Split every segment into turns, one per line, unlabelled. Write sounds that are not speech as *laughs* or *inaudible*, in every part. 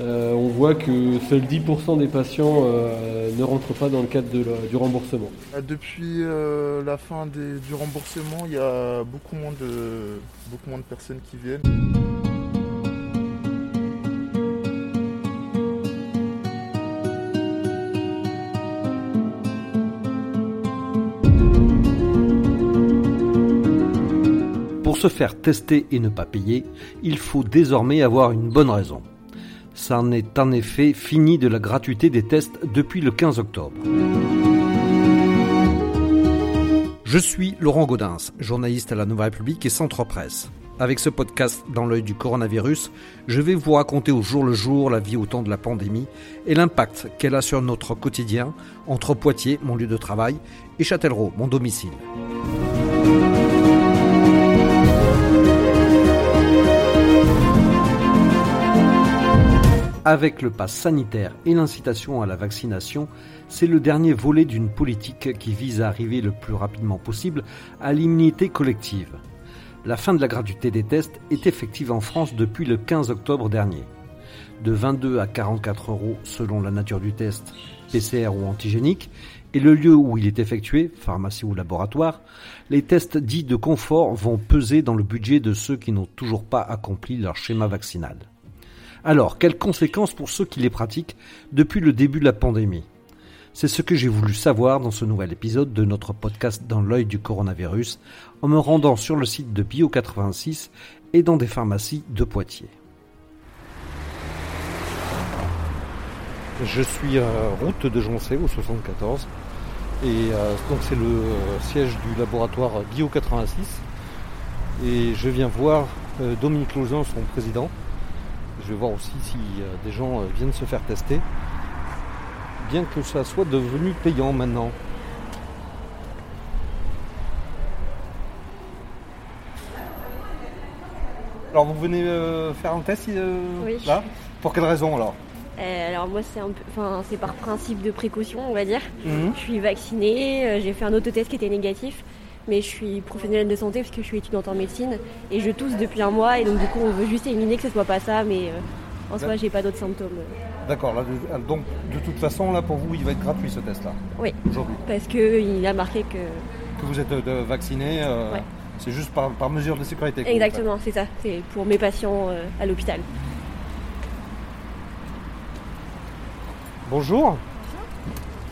Euh, on voit que seuls 10% des patients euh, ne rentrent pas dans le cadre de la- du remboursement.
Bah, Depuis euh, la fin des- du remboursement, il y a beaucoup moins de, beaucoup moins de personnes qui viennent.
Pour se faire tester et ne pas payer, il faut désormais avoir une bonne raison. Ça en est en effet fini de la gratuité des tests depuis le 15 octobre. Je suis Laurent Gaudens, journaliste à la Nouvelle République et Centre Presse. Avec ce podcast dans l'œil du coronavirus, je vais vous raconter au jour le jour la vie au temps de la pandémie et l'impact qu'elle a sur notre quotidien entre Poitiers, mon lieu de travail, et Châtellerault, mon domicile. Avec le pass sanitaire et l'incitation à la vaccination, c'est le dernier volet d'une politique qui vise à arriver le plus rapidement possible à l'immunité collective. La fin de la gratuité des tests est effective en France depuis le 15 octobre dernier. De 22 à 44 euros selon la nature du test, PCR ou antigénique, et le lieu où il est effectué, pharmacie ou laboratoire, les tests dits de confort vont peser dans le budget de ceux qui n'ont toujours pas accompli leur schéma vaccinal. Alors, quelles conséquences pour ceux qui les pratiquent depuis le début de la pandémie C'est ce que j'ai voulu savoir dans ce nouvel épisode de notre podcast Dans l'œil du coronavirus, en me rendant sur le site de Bio86 et dans des pharmacies de Poitiers. Je suis route de Joncé au 74 et euh, donc c'est le euh, siège du laboratoire Bio86 et je viens voir euh, Dominique Lauzin, son président, je vais voir aussi si euh, des gens euh, viennent se faire tester. Bien que ça soit devenu payant maintenant. Alors vous venez euh, faire un test euh,
Oui.
là Pour quelle raison alors
Euh, alors moi c'est un peu, enfin c'est par principe de précaution on va dire. Je suis vaccinée, euh, j'ai fait un autotest qui était négatif, mais je suis professionnelle de santé parce que je suis étudiante en médecine et je tousse depuis un mois et donc du coup on veut juste éliminer que ce soit pas ça, mais euh, en soi j'ai pas d'autres symptômes. euh,
D'accord, là, de- euh, donc de toute façon là pour vous il va être gratuit ce test là
Oui.
Aujourd'hui.
Parce que il a marqué que
Que vous êtes euh, vacciné, euh,
Ouais.
c'est juste par, par mesure de sécurité. que vous le faites.
exactement c'est ça, c'est pour mes patients euh, à l'hôpital.
Bonjour.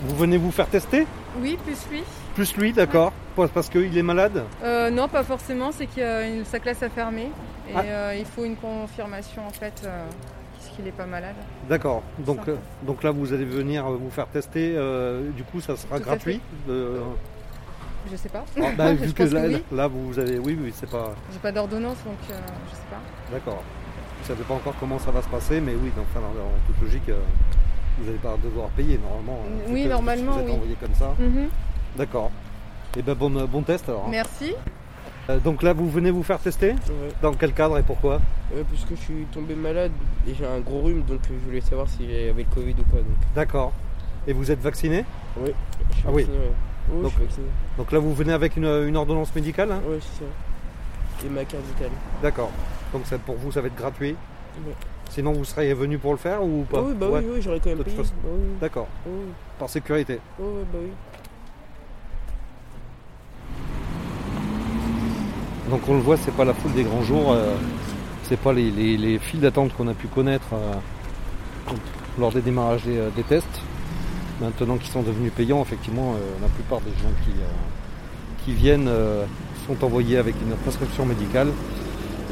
Vous venez vous faire tester
Oui, plus lui.
Plus lui, d'accord. Parce- Parce qu'il est malade
Euh, non, pas forcément, c'est que euh, sa classe a fermé et
Ah.
euh, il faut une confirmation en fait, euh, parce qu'il n'est pas malade.
D'accord. Donc,
Ça.
euh, donc là, vous allez venir euh, vous faire tester. euh, du coup, ça sera
Tout à
gratuit.
*laughs*
euh,
Je sais pas,
ah, bah, vu
*laughs* Je
que
pense
là,
que oui.
là, vous avez. Oui, oui, c'est pas.
j'ai pas d'ordonnance donc euh, je sais pas.
D'accord. Vous savez pas encore comment ça va se passer, mais oui, donc, enfin, en, en toute logique, euh, vous n'allez pas devoir payer normalement. hein,
Oui,
vu que
normalement,
Vous êtes
oui.
envoyé comme ça.
Mhm.
D'accord. Et ben bon, euh, bon test alors. hein.
Merci.
Euh, donc là, vous venez vous faire tester
Ouais.
Dans quel cadre et pourquoi
Ouais, parce que je suis tombé malade et j'ai un gros rhume, donc euh, je voulais savoir si j'avais le Covid ou pas. Donc, euh,
D'accord. Et vous êtes vacciné
je suis
Ah oui.
vacciné, ouais. Ouais,
Donc-
je suis vacciné.
Donc là, vous venez avec une, euh, une ordonnance médicale hein
Ouais, c'est ça. Et ma carte vitale.
D'accord. Donc ça, pour vous, ça va être gratuit.
Ouais.
Sinon, vous seriez venu pour le faire ou pas
Ah oui, bah
Ouais.
oui, oui, j'aurais quand même
De toute
payé.
façon.
Bah oui,
D'accord.
oui, oui.
Par sécurité.
Ouais, ouais, bah oui.
Donc on le voit, c'est pas la foule des grands jours, euh, c'est pas les, les- les files d'attente qu'on a pu connaître euh, lors des démarrages des, euh, des tests. Maintenant qu'ils sont devenus payants, effectivement, euh, la plupart des gens qui, euh, qui viennent euh, sont envoyés avec une prescription médicale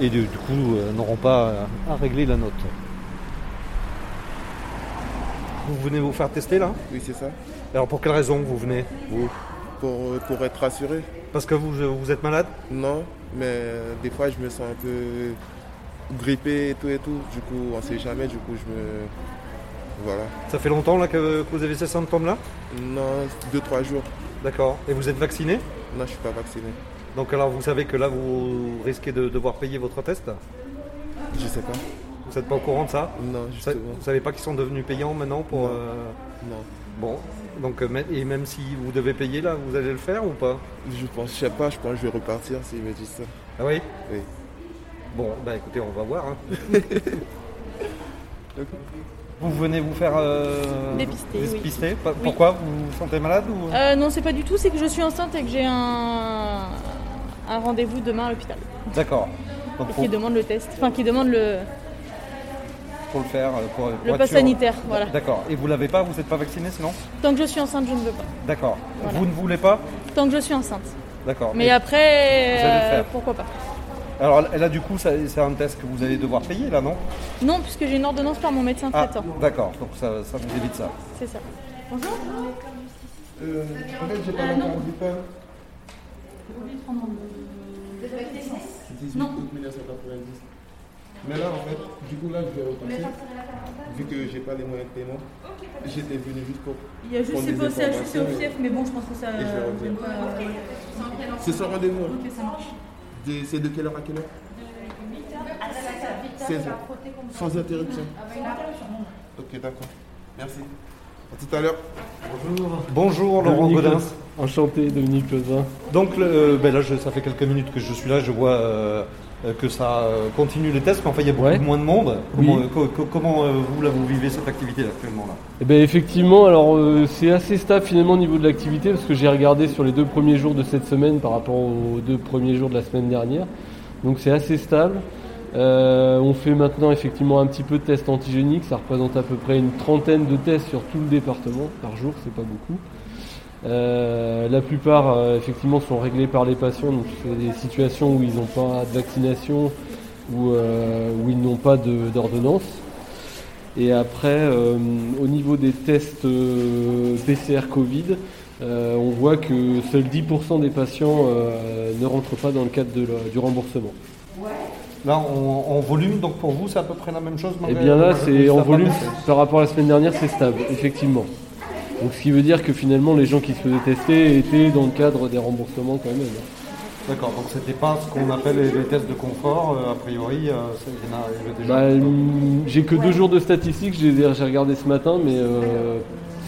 et du, du coup euh, n'auront pas euh, à régler la note. Vous venez vous faire tester là
Oui, c'est ça.
Alors pour quelle raison vous venez
Pour, euh, pour être rassuré.
Parce que vous, vous êtes malade
Non, mais euh, des fois, je me sens un peu grippé et tout et tout. Du coup, on sait jamais. Du coup, je me. Voilà.
Ça fait longtemps là que, que vous avez ces symptômes là
Non, deux, trois jours.
D'accord. Et vous êtes vacciné
Non, je suis pas vacciné.
Donc alors vous savez que là vous risquez de devoir payer votre test
Je sais pas.
Vous n'êtes pas au courant de ça
Non,
Vous savez-
justement.
Vous savez pas qu'ils sont devenus payants maintenant pour...
Non.
euh,
Non.
Bon, donc euh, mais- et même si vous devez payer là, vous allez le faire ou pas
Je pense, je sais pas, je pense que je vais repartir s'ils me disent ça.
Ah oui
Oui. *laughs*
Bon, bah écoutez, on va voir. hein. Vous venez vous faire euh,
Dépister, oui.
dépister. Pa- Pourquoi Vous vous sentez malade ou...
Euh, non, c'est pas du tout, c'est que je suis enceinte et que j'ai un, un rendez-vous demain à l'hôpital.
D'accord. Donc
Et
pour,
qui demande le test, enfin qui demande le,
pour le faire, euh, pour, pour
le
être
pass
sûr.
sanitaire. Voilà.
D'accord. Et vous l'avez pas Vous n'êtes pas vacciné sinon
Tant que je suis enceinte, je ne veux pas.
D'accord.
Voilà.
Vous ne voulez pas
Tant que je suis enceinte.
D'accord.
Mais
Et-
après,
Vous allez le
euh,
faire.
pourquoi pas
Alors là, du coup, ça- c'est un test que vous allez devoir payer là, non
Non, puisque j'ai une ordonnance par mon médecin
Ah,
traitant.
d'accord. Donc ça, ça vous évite ça.
C'est ça.
en fait, j'ai pas l'envie du pain. Non. Mais là, en fait, du coup, là, je vais repartir. Vu que j'ai pas les moyens de paiement, j'étais venu juste pour.
Il y a
juste Prendre ces des postes à HEC au informations. fief,
mais bon, je pense que ça. euh,
Et je vais revenir. C'est ce rendez-vous. hein. De- C'est de quelle heure à quelle heure 16 heures. Sans interruption. Ok, d'accord. Merci. À tout à l'heure.
Bonjour Laurent
Dominique
Godin.
Le- Enchanté, Dominique Lezin.
Donc le- euh, ben là, je- ça fait quelques minutes que je suis là, je vois euh, euh, que ça euh, continue les tests, mais enfin il y a beaucoup
Ouais.
moins de monde.
Oui.
Comment, euh, co- co- comment, euh, vous là vous vivez cette activité là, actuellement là
Eh ben effectivement, alors euh, c'est assez stable finalement au niveau de l'activité parce que j'ai regardé sur les deux premiers jours de cette semaine par rapport aux deux premiers jours de la semaine dernière. Donc c'est assez stable. Euh, on fait maintenant effectivement un petit peu de tests antigéniques. Ça représente à peu près une trentaine de tests sur tout le département par jour. C'est pas beaucoup. Euh, la plupart euh, effectivement sont réglés par les patients. Donc c'est des situations où ils n'ont pas de vaccination ou euh, où ils n'ont pas de- d'ordonnance. Et après, euh, au niveau des tests euh, PCR Covid, euh, on voit que seuls 10% des patients euh, ne rentrent pas dans le cadre de la- du remboursement.
Là en, en volume, donc pour vous c'est à peu près la même chose
Et
malgré-
Eh bien là,
malgré
c'est
euh, ça
en
va,
volume
mais c'est-
par rapport à la semaine dernière, c'est stable, effectivement. Donc ce qui veut dire que finalement, les gens qui se faisaient tester étaient dans le cadre des remboursements quand même. hein.
D'accord, donc c'était pas ce qu'on appelle les, les tests de confort, euh, a priori, euh, ça, il y en a, il y en a déjà.
Bah, hum, j'ai que deux jours de statistiques, je les ai- j'ai regardé ce matin, mais euh,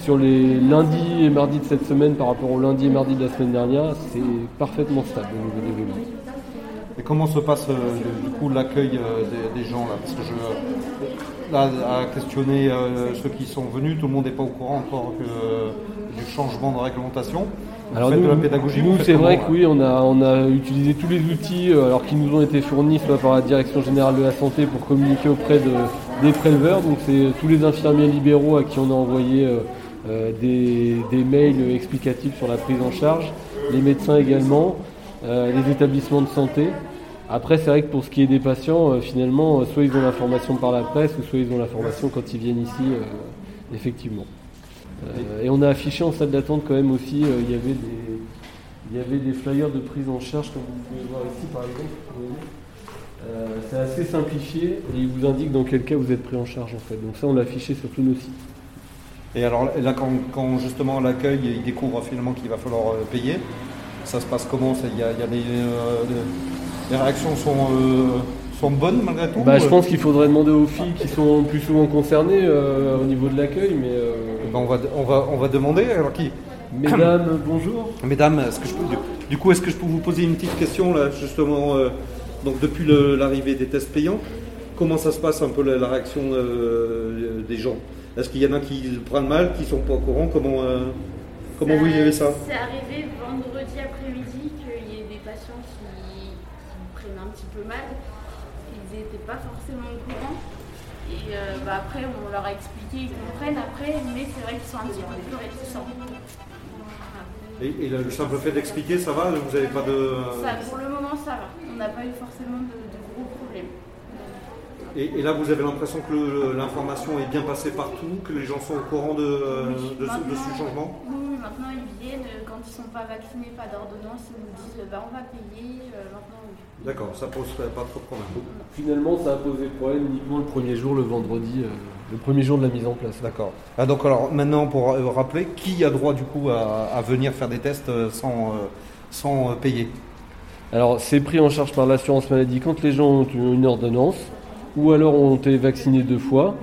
sur les lundis et mardis de cette semaine par rapport au lundi et mardi de la semaine dernière, c'est parfaitement stable au niveau des volumes.
Et comment se passe euh, le- du coup l'accueil euh, des, des gens là Parce que je euh, là, à questionner euh, ceux qui sont venus, tout le monde n'est pas au courant encore que, euh, du changement de réglementation. Vous faites de la pédagogie
nous,
vous faites
c'est vrai
comment,
que oui, on a, on a utilisé tous les outils euh, alors qui nous ont été fournis soit par la direction générale de la santé pour communiquer auprès de- des préleveurs. Donc c'est tous les infirmiers libéraux à qui on a envoyé euh, euh, des, des mails explicatifs sur la prise en charge, les médecins également, euh, les établissements de santé. Après, c'est vrai que pour ce qui est des patients, euh, finalement, euh, soit ils ont l'information par la presse, ou soit ils ont l'information quand ils viennent ici, euh, effectivement. Euh, et on a affiché en salle d'attente quand même aussi, euh, il y avait des, il y avait des flyers de prise en charge, comme vous pouvez le voir ici par exemple. vous voyez. Euh, c'est assez simplifié et il vous indique dans quel cas vous êtes pris en charge en fait. Donc ça, on l'a affiché sur tous nos sites.
Et alors là, quand, quand justement l'accueil, il découvre finalement qu'il va falloir euh, payer, ça se passe comment Ça, Il y a, il y a des, euh, des- les réactions sont, euh, sont bonnes malgré tout
Bah, je
Euh,
pense qu'il faudrait demander aux filles qui sont plus souvent concernées euh, au niveau de l'accueil, mais euh,
ben, on, va, on, va, on va demander. Alors qui
mesdames, bonjour.
Mesdames, est-ce que je peux- du- du coup, est-ce que je peux vous poser une petite question là, justement, euh, donc depuis le- l'arrivée des tests payants, comment ça se passe un peu la, la réaction euh, des gens Est-ce qu'il y en a qui le prennent mal, qui sont pas au courant Comment euh, comment vous vivez ça
C'est arrivé vendredi après-midi qu'il y ait des patients qui, qui me prennent un petit peu mal. Ils n'étaient pas forcément au courant. Et euh, bah, après, on leur a expliqué, ils comprennent après, mais c'est vrai qu'ils sont un petit peu plus réticents.
et, et le simple fait d'expliquer, ça va Vous n'avez pas de
Ça, pour le moment, ça va. On n'a pas eu forcément de, de gros problèmes.
et, et là, vous avez l'impression que le- l'information est bien passée partout, que les gens sont au courant de, euh, de ce, de ce changement
Oui, maintenant ils viennent, euh, quand ils ne sont pas vaccinés, pas d'ordonnance, ils nous disent euh, bah, on va payer euh, maintenant. oui.
D'accord, ça pose pas trop de problème.
Finalement, ça a posé problème uniquement le premier jour, le vendredi, euh, le premier jour de la mise en place.
D'accord. Ah, donc alors maintenant pour euh, rappeler, qui a droit du coup à, à venir faire des tests euh, sans, euh, sans euh, payer
Alors, c'est pris en charge par l'assurance maladie quand les gens ont une ordonnance ou alors ont été vaccinés deux fois.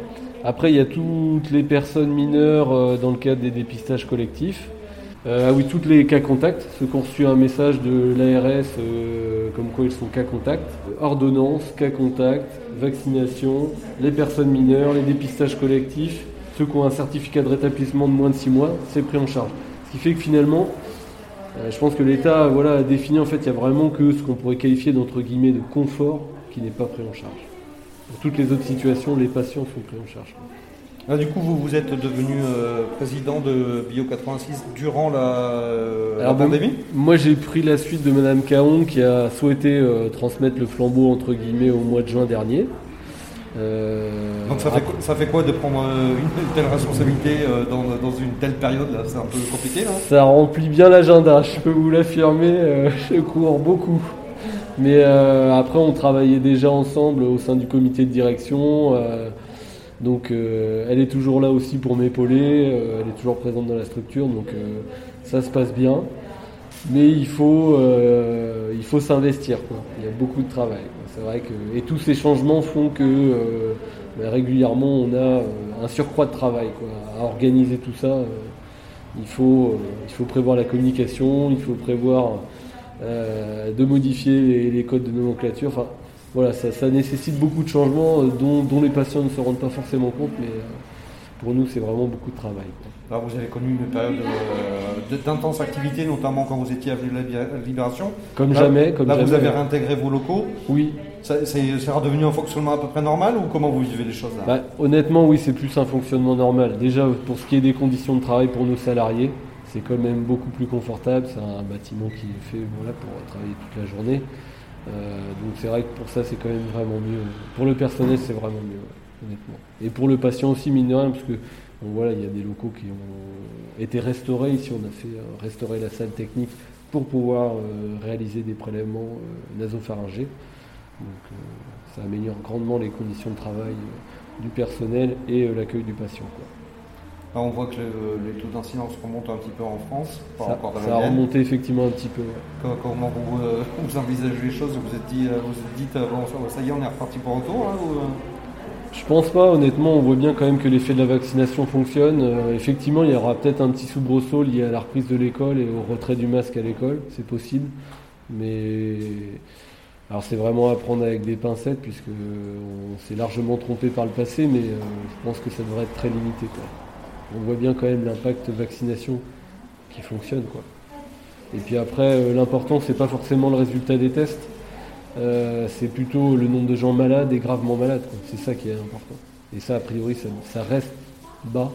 Après, il y a toutes les personnes mineures euh, dans le cadre des dépistages collectifs. Euh, ah oui, toutes les cas contacts, ceux qui ont reçu un message de l'ARS euh, comme quoi ils sont cas contacts, ordonnance, cas contact, vaccination, les personnes mineures, les dépistages collectifs, ceux qui ont un certificat de rétablissement de moins de 6 mois, c'est pris en charge. Ce qui fait que finalement, euh, je pense que l'État voilà, a défini en fait, il n'y a vraiment que ce qu'on pourrait qualifier d'entre guillemets de confort qui n'est pas pris en charge. Pour toutes les autres situations, les patients sont pris en charge.
Là, Ah, du coup, vous, vous êtes devenu euh, président de Bio 86 durant la, euh, la
Alors, bon,
pandémie
Moi, j'ai pris la suite de Madame Caron qui a souhaité euh, transmettre le flambeau entre guillemets au mois de juin dernier. Euh,
Donc ça fait, quoi- ça fait quoi de prendre euh, une telle responsabilité euh, dans, dans une telle période là C'est un peu compliqué là
Ça remplit bien l'agenda, je peux vous l'affirmer, euh, *laughs* je cours beaucoup. Mais euh, après, on travaillait déjà ensemble au sein du comité de direction. euh, donc, euh, elle est toujours là aussi pour m'épauler. euh, elle est toujours présente dans la structure. Donc, euh, ça se passe bien. Mais il faut, euh, il faut s'investir. quoi. Il y a beaucoup de travail. quoi. C'est vrai que et tous ces changements font que euh, bah, régulièrement, on a euh, un surcroît de travail quoi, à organiser tout ça. euh, il faut, euh, il faut prévoir la communication, il faut prévoir euh, de modifier les, les codes de nomenclature. Enfin, voilà, ça, ça nécessite beaucoup de changements euh, dont, dont les patients ne se rendent pas forcément compte, mais euh, pour nous, c'est vraiment beaucoup de travail. quoi.
Alors, vous avez connu une période euh, de- d'intense activité, notamment quand vous étiez avenue de la Libé- Libération.
Comme
Là-
jamais, comme
Là,
jamais.
vous avez réintégré vos locaux.
Oui,
Ça- C'est c'est redevenu un fonctionnement à peu près normal ou comment vous vivez les choses hein. là
Bah, honnêtement, oui, c'est plus un fonctionnement normal. Déjà, pour ce qui est des conditions de travail pour nos salariés, c'est quand même beaucoup plus confortable. C'est un bâtiment qui est fait voilà, pour travailler toute la journée. Euh, donc c'est vrai que pour ça, c'est quand même vraiment mieux. Pour le personnel, c'est vraiment mieux, ouais, honnêtement. Et pour le patient aussi, mine de rien, parce que bon, voilà, il y a des locaux qui ont été restaurés. Ici, on a fait euh, restaurer la salle technique pour pouvoir euh, réaliser des prélèvements euh, nasopharyngés. Donc euh, ça améliore grandement les conditions de travail. euh, du personnel et euh, l'accueil du patient. quoi.
Là, on voit que le- les taux d'incidence remontent un petit peu en France, pas
Ça,
encore dans
ça
la
a
mienne.
remonté effectivement un petit peu. ouais.
Comment- Comment vous, euh, *laughs* vous envisagez les choses Vous vous êtes dit, euh, vous vous êtes dit euh, bon, ça- ça y est, on est reparti pour retour là, ou, euh
Je pense pas, honnêtement, on voit bien quand même que l'effet de la vaccination fonctionne. Euh, effectivement, il y aura peut-être un petit soubresaut lié à la reprise de l'école et au retrait du masque à l'école, c'est possible. Mais alors c'est vraiment à prendre avec des pincettes puisque euh, on s'est largement trompé par le passé, mais euh, je pense que ça devrait être très limité. quoi. On voit bien quand même l'impact vaccination qui fonctionne. Quoi. Et puis après, euh, l'important, c'est pas forcément le résultat des tests, euh, c'est plutôt le nombre de gens malades et gravement malades. quoi. C'est ça qui est important. Et ça, a priori, ça, ça reste bas,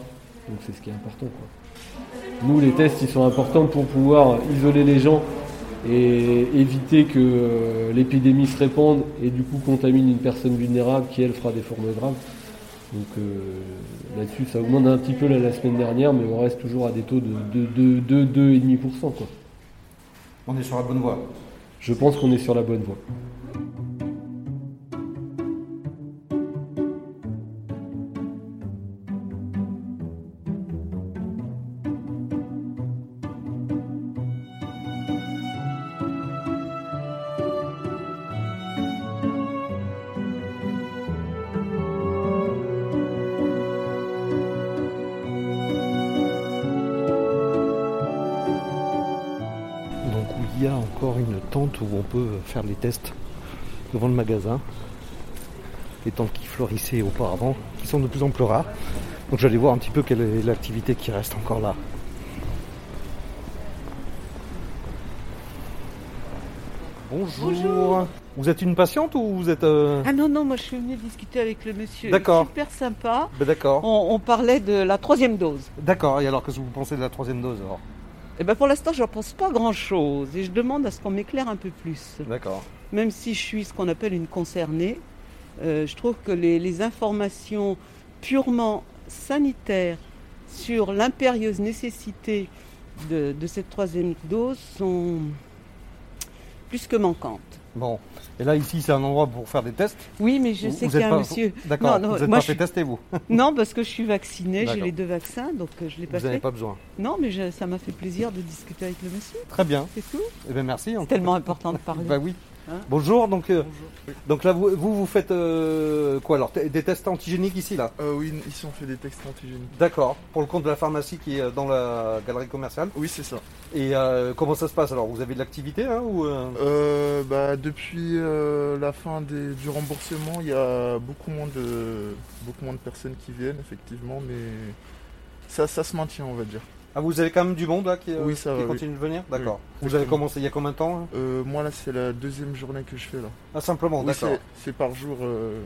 donc c'est ce qui est important. Quoi. Nous, les tests, ils sont importants pour pouvoir isoler les gens et éviter que euh, l'épidémie se répande et du coup contamine une personne vulnérable qui, elle, fera des formes graves. Donc euh, là-dessus, ça augmente un petit peu là, la semaine dernière, mais on reste toujours à des taux de 2,5%. De, de, 2,5%, quoi.
On est sur la bonne voie.
Je pense qu'on est sur la bonne voie.
Donc où il y a encore une tente où on peut faire les tests devant le magasin. Les tentes qui fleurissaient auparavant, qui sont de plus en plus rares. Donc j'allais voir un petit peu quelle est l'activité qui reste encore là. Bonjour. Vous êtes une patiente ou vous êtes... euh,
Ah non, non, moi je suis venue discuter avec le monsieur.
D'accord.
Super sympa.
Ben, D'accord.
On, on parlait de la troisième dose.
D'accord, et alors qu'est-ce que vous pensez de la troisième dose alors
Et ben pour l'instant, je n'en pense pas grand-chose et je demande à ce qu'on m'éclaire un peu plus.
D'accord.
Même si je suis ce qu'on appelle une concernée, euh, je trouve que les, les informations purement sanitaires sur l'impérieuse nécessité de, de cette troisième dose sont plus que manquantes.
Bon, et là ici c'est un endroit pour faire des tests.
Oui, mais je
Vous-
sais
vous
qu'il y
êtes
a
pas-
un monsieur.
D'accord,
Non, non,
vous n'êtes
moi,
pas
je
fait
suis-
tester vous.
Non, parce que je suis vaccinée, j'ai
D'accord.
les deux vaccins, donc euh, je ne l'ai pas
Vous
fait.
n'avez pas besoin.
Non, mais je- ça m'a fait plaisir de discuter avec le monsieur,
Très bien.
c'est tout.
Eh bien merci. en
C'est
tout cas.
tellement important de parler.
Bah oui.
Hein
Bonjour, donc, euh, donc là vous vous, vous faites euh, quoi alors Des tests antigéniques ici là
Euh, Oui, ici on fait des tests antigéniques.
D'accord, pour le compte de la pharmacie qui est euh, dans la galerie commerciale
Oui, c'est ça.
Et euh, comment ça se passe alors Vous avez de l'activité hein, ou euh,
Euh, bah, depuis euh, la fin des- du remboursement, il y a beaucoup moins, de, beaucoup moins de personnes qui viennent, effectivement, mais ça, ça se maintient, on va dire.
Ah, vous avez quand même du monde là qui, euh,
oui, ça
qui
va, oui.
continue de venir
Oui,
D'accord. Vous
exactement.
avez commencé il y a combien de temps hein
Euh, Moi, là, c'est la deuxième journée que je fais, là.
Ah, simplement,
Oui,
d'accord.
c'est- C'est par jour, euh,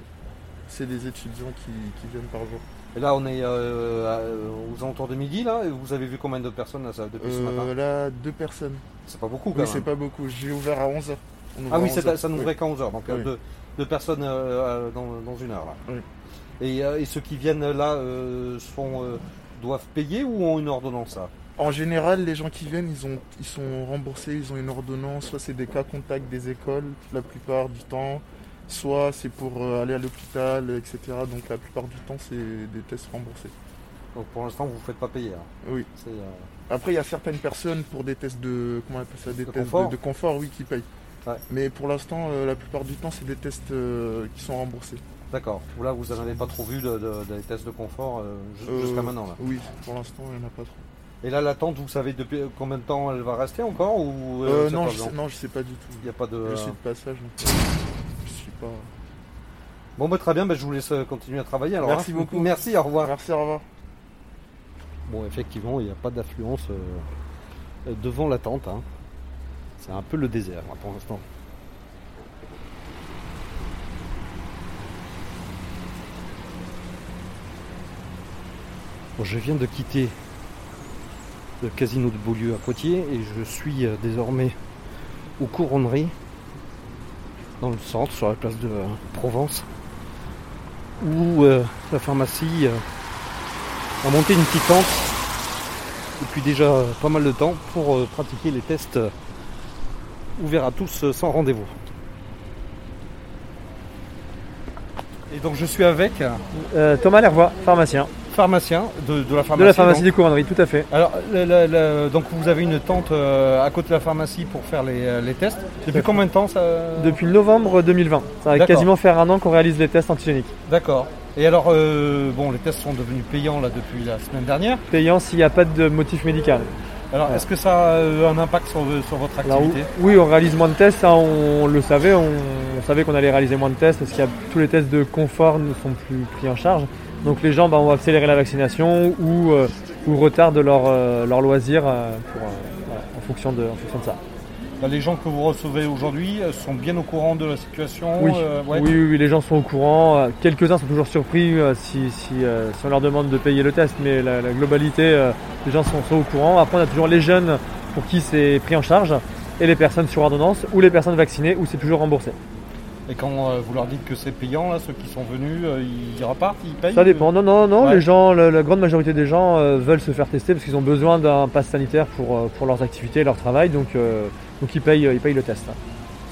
c'est des étudiants qui, qui viennent par jour.
Et là on est euh, à- euh, aux alentours de midi là, et vous avez vu combien de personnes là, ça, depuis ce
Euh,
matin
là, deux personnes.
C'est pas beaucoup quand
Oui,
même.
c'est pas beaucoup. J'ai ouvert à 11h.
Ah oui, c'est- ça nous ferait qu'à 11h, donc euh,
Oui.
deux, deux personnes euh, euh, dans, dans une heure. Là. Et, euh, et ceux qui viennent là euh, sont, euh, doivent payer ou ont une ordonnance là
En général, les gens qui viennent, ils, ont, ils sont remboursés, ils ont une ordonnance, soit c'est des cas contacts des écoles la plupart du temps, soit c'est pour euh, aller à l'hôpital, etc. Donc la plupart du temps, c'est des tests remboursés.
Donc pour l'instant, vous ne faites pas payer. hein.
Oui.
C'est, euh,
Après, il y a certaines personnes pour des tests de comment on appelle ça, des
De
tests
confort
de, de confort, oui, qui payent. Mais pour l'instant, euh, la plupart du temps, c'est des tests euh, qui sont remboursés.
D'accord. Là, vous n'en avez pas trop vu de, de- des tests de confort euh, jus-
Euh,
jusqu'à maintenant. Là.
Oui, pour l'instant, il n'y en a pas trop.
Et là, l'attente, vous savez depuis euh, combien de temps elle va rester encore ou,
Euh,
c'est
non,
pas
je
grand
sais, non, je sais pas du tout.
Il n'y a pas de.
Je suis de passage, donc je suis pas.
Bon, bah, très bien, bah, je vous laisse euh, continuer à travailler alors.
Merci
hein.
beaucoup.
Merci, au revoir.
Merci, au revoir.
Bon, effectivement, il n'y a pas d'affluence euh, euh, devant la tente. hein. C'est un peu le désert là, pour l'instant. Bon, je viens de quitter le casino de Beaulieu à Poitiers et je suis euh, désormais aux couronneries dans le centre, sur la place de euh, Provence, où euh, la pharmacie euh, a monté une petite tente depuis déjà euh, pas mal de temps pour euh, pratiquer les tests euh, ouverts à tous euh, sans rendez-vous. Et donc je suis avec
Euh, Thomas Lervois, pharmacien.
Pharmacien de, la pharmacie.
de la pharmacie
donc.
des couronneries, tout à fait.
Alors, le- le- le- donc vous avez une tente euh, à côté de la pharmacie pour faire les, euh, les tests. Depuis combien de temps ça
Depuis novembre 2020, ça va
D'accord.
quasiment faire un an qu'on réalise les tests antigéniques.
D'accord. Et alors, euh, bon, les tests sont devenus payants là depuis la semaine dernière.
Payant s'il n'y a pas de motif médical.
Alors, est-ce que ça a euh, un impact sur, sur votre
Alors,
activité
oui, on réalise moins de tests, ça on le savait, on, on savait qu'on allait réaliser moins de tests parce qu'il y a tous les tests de confort ne sont plus pris en charge. Donc les gens, bah, on va accélérer la vaccination ou, euh, ou retarde leur, euh, leur loisir euh, pour, euh, voilà, en, fonction de, en fonction de ça.
Bah, Les gens que vous recevez aujourd'hui euh, sont bien au courant de la situation.
Oui.
euh, ouais.
oui, oui, oui, les gens sont au courant. Euh, Quelques-uns sont toujours surpris euh, si, si, euh, si on leur demande de payer le test, mais la, la globalité, euh, les gens sont, sont au courant. Après, on a toujours les jeunes pour qui c'est pris en charge, et les personnes sur ordonnance, ou les personnes vaccinées, où c'est toujours remboursé.
Et quand euh, vous leur dites que c'est payant, là, ceux qui sont venus, euh, ils repartent, ils payent. euh,
Ça dépend. Non, non, non.
Ouais.
Les gens, la, la grande majorité des gens euh, veulent se faire tester parce qu'ils ont besoin d'un pass sanitaire pour, euh, pour leurs activités, leur travail, donc, euh, donc ils, payent, ils payent le test.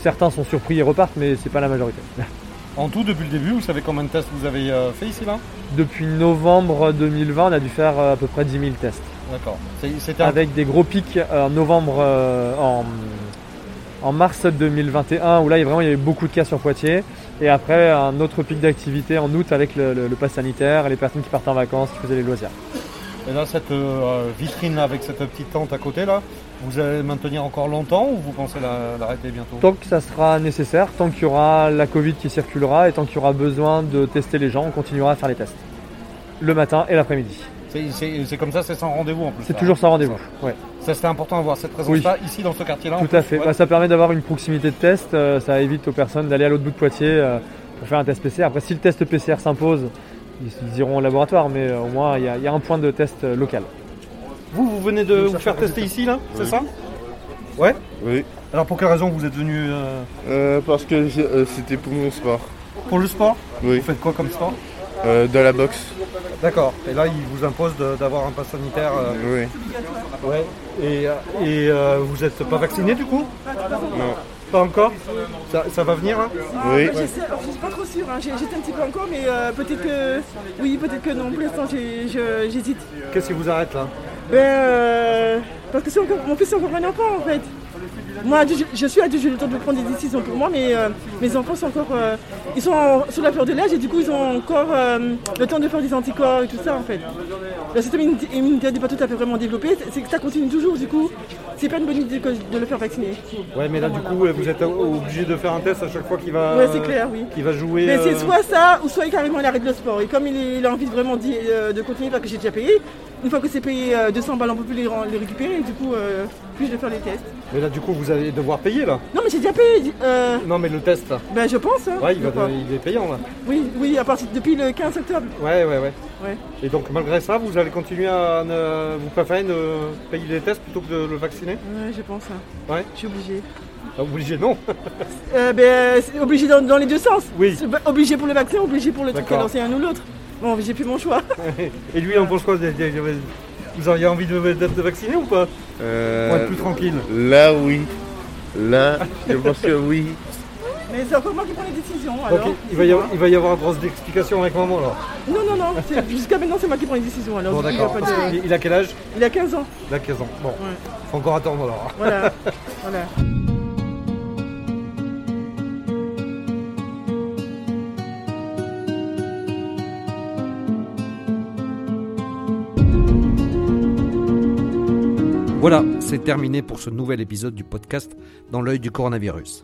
Certains sont surpris et repartent, mais c'est pas la majorité.
En tout, depuis le début, vous savez combien de tests vous avez euh, fait ici là
Depuis novembre 2020, on a dû faire euh, à peu près 10 000 tests.
D'accord. C'est- C'était un-
Avec des gros pics euh, en novembre, euh, en, en mars 2021, où là, il y a vraiment il y a eu beaucoup de cas sur Poitiers. Et après, un autre pic d'activité en août avec le, le, le pass sanitaire et les personnes qui partent en vacances, qui faisaient les loisirs.
Et là, cette euh, vitrine là, avec cette petite tente à côté là, vous allez maintenir encore longtemps ou vous pensez la- l'arrêter bientôt
Tant que ça sera nécessaire, tant qu'il y aura la Covid qui circulera et tant qu'il y aura besoin de tester les gens, on continuera à faire les tests. Le matin et l'après-midi.
C'est- C'est c'est comme ça, c'est sans rendez-vous en plus.
C'est
là.
toujours sans rendez-vous. Ouais.
Ça, c'était important d'avoir cette présence-là ici dans ce quartier-là. en
Tout
plus,
à fait.
ouais.
Bah, ça permet d'avoir une proximité de test. euh, ça évite aux personnes d'aller à l'autre bout de Poitiers euh, pour faire un test PCR. Après, si le test PCR s'impose, ils, ils iront au laboratoire, mais euh, au moins, il y, a- il y a un point de test euh, local.
Vous, vous venez de vous faire tester ici là, c'est
Oui.
ça Ouais.
Oui.
Alors pour quelle raison vous êtes venu euh,
Parce que j'ai- euh, c'était pour mon sport.
pour le sport
Oui.
Vous faites quoi comme sport
Euh, de la boxe.
D'accord. Et là, ils vous imposent de- d'avoir un pass sanitaire. euh, Ouais. Et, euh, et, euh, vous n'êtes pas vacciné du coup
Non.
Pas encore ça, ça va venir hein
Oui.
Je sais- alors, je suis pas trop sûre, hein. J'ai- j'étais un petit peu encore, mais euh, peut-être que. Oui, peut-être que non. Pour l'instant, j'ai- je- j'hésite.
Qu'est-ce qui vous arrête là
Ben, euh, parce que si on, comp- en plus, on comprenait pas en fait. Moi, adulte, je suis adulte, j'ai le temps de prendre des décisions pour moi, mais euh, mes enfants sont encore. euh, ils sont en- sous la fleur de l'âge et du coup, ils ont encore euh, le temps de faire des anticorps et tout ça en fait. Le système immunité- immunitaire n'est pas tout à fait vraiment développé, c'est- c'est que ça continue toujours, du coup, c'est pas une bonne idée que- de le faire vacciner.
Ouais, mais là, du coup, vous êtes obligé de faire un test à chaque fois qu'il va,
Euh,
Ouais, c'est clair, oui.
qu'il va jouer.
Mais c'est
euh,
soit ça, ou soit carrément il arrête le sport. Et comme il, est- il a envie de vraiment d'y- euh, de continuer, parce que j'ai déjà payé, une fois que c'est payé euh, 200 balles, on peut plus les, ren- les récupérer, et du coup, euh, plus je vais faire les tests.
Mais là, du coup, vous allez devoir payer, là.
Non, mais j'ai déjà payé. euh,
Non, mais le test.
ben, je pense. hein,
Ouais, il,
je
va
crois.
de- il est payant, là.
Oui, oui, à partir depuis le 15 octobre.
Ouais, ouais, ouais.
Ouais.
Et donc, malgré ça, vous allez continuer à. ne- Vous préférez ne payer les tests plutôt que de le vacciner
Ouais, je pense. hein.
Ouais. Ah,
Je suis obligé.
obligé, non.
Euh, ben, c'est obligé dans, dans les deux sens.
Oui.
Obligé pour le vaccin, obligé pour le truc
D'accord.
alors c'est un ou l'autre. Bon, j'ai plus mon choix. *laughs*
Et lui, en pense quoi des- des- des- Vous auriez envie de- d'être vacciné ou pas Pour être plus tranquille.
Euh, Là, oui. Là, je pense que oui.
Mais c'est encore moi qui prends les décisions.
Donc,
Alors.
il- il, va y avoir, il va y avoir grosse explication avec maman, là.
Non, non, non. c'est- Jusqu'à maintenant, c'est moi qui prends les décisions. Alors,
Bon,
du coup,
d'accord.
il y a pas de-
Il il a quel âge
Il a 15 ans.
Il a 15 ans. Bon, faut encore attendre, alors. *laughs*
Voilà. voilà.
Voilà, c'est terminé pour ce nouvel épisode du podcast Dans l'œil du coronavirus.